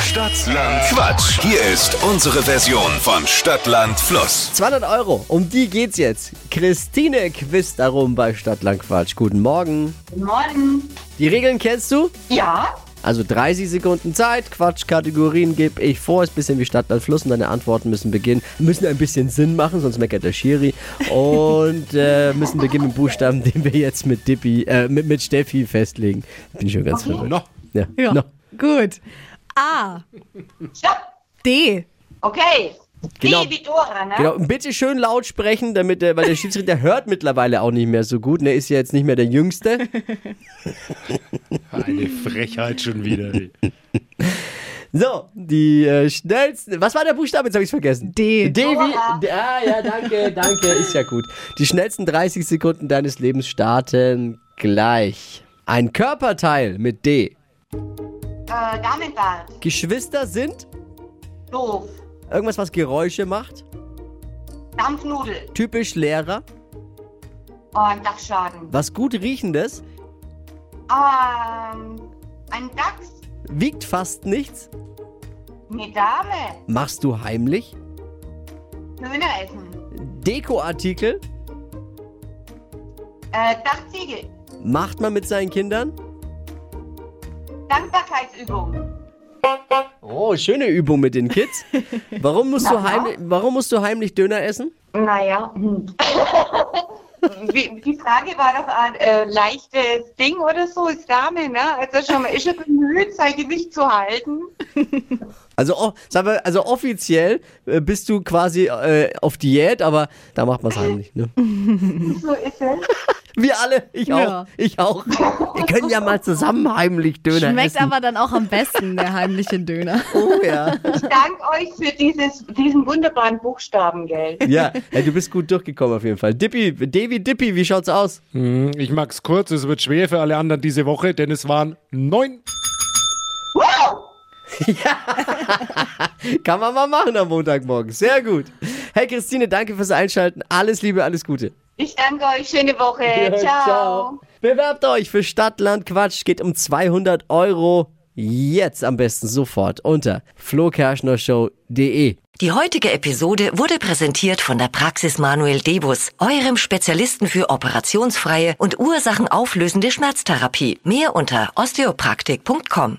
Stadtland Quatsch. Hier ist unsere Version von Stadtland Fluss. 200 Euro, um die geht's jetzt. Christine Quiz darum bei Stadtlandquatsch. Guten Morgen. Guten Morgen. Die Regeln kennst du? Ja, Also 30 Sekunden Zeit, Quatschkategorien gebe ich vor, ist ein bisschen wie Stadtland Fluss und deine Antworten müssen beginnen, müssen ein bisschen Sinn machen, sonst meckert der Schiri und äh, müssen beginnen mit Buchstaben, den wir jetzt mit Dippi, äh, mit, mit Steffi festlegen. Bin schon ganz verrückt. Noch. Ja. Ja, No. gut. A, ja, D. okay. Genau. Die wie Dora, ne? Genau, bitte schön laut sprechen, damit der, weil der Schiedsrichter hört mittlerweile auch nicht mehr so gut. Und er ist ja jetzt nicht mehr der Jüngste. Eine Frechheit schon wieder. ey. So, die äh, schnellsten. Was war der Buchstabe? Jetzt habe ich vergessen. D. D Dora. wie. D, ah, ja, danke, danke. Ist ja gut. Die schnellsten 30 Sekunden deines Lebens starten gleich. Ein Körperteil mit D. Äh, Damenbart, Geschwister sind doof. irgendwas, was Geräusche macht. Dampfnudel Typisch Lehrer. und Dachschaden. Was gut riechendes. Ähm, ein Dachs, Wiegt fast nichts. eine Dame, Machst du heimlich. Döner essen, Dekoartikel. äh, Dachziegel, Macht man mit seinen Kindern. Dankbarkeitsübung. Oh, schöne Übung mit den Kids. Warum musst du, heimlich, warum musst du heimlich Döner essen? Naja, hm. Wie- die Frage war doch ein äh, leichtes Ding oder so, ist Dame, ne? Also schon mal ist es bemüht, sein Gewicht zu halten. Also, oh, sagen wir, also offiziell äh, bist du quasi äh, auf Diät, aber da macht man es heimlich. Ne? So ist es. Wir alle, ich auch, Ja. ich auch. Wir können ja mal zusammen heimlich Döner Schmeckt essen. aber dann auch am besten, der heimliche Döner. Oh ja. Ich danke euch für dieses, diesen wunderbaren Buchstaben, gell? Ja, ey, du bist gut durchgekommen auf jeden Fall. Dippi, Devi Dippi, wie schaut's aus? Hm, Ich mag's kurz, es wird schwer für alle anderen diese Woche, denn es waren neun. Wow! Kann man mal machen am Montagmorgen. Sehr gut. Hey Christine, danke fürs Einschalten. Alles Liebe, alles Gute. Ich danke euch. Schöne Woche. Äh, Ciao. Bewerbt euch für Stadtland Quatsch. Geht um 200 Euro. Jetzt am besten sofort unter flokerschnershow.de. Die heutige Episode wurde präsentiert von der Praxis Manuel Debus, eurem Spezialisten für operationsfreie und ursachenauflösende Schmerztherapie. Mehr unter osteopraktik.com.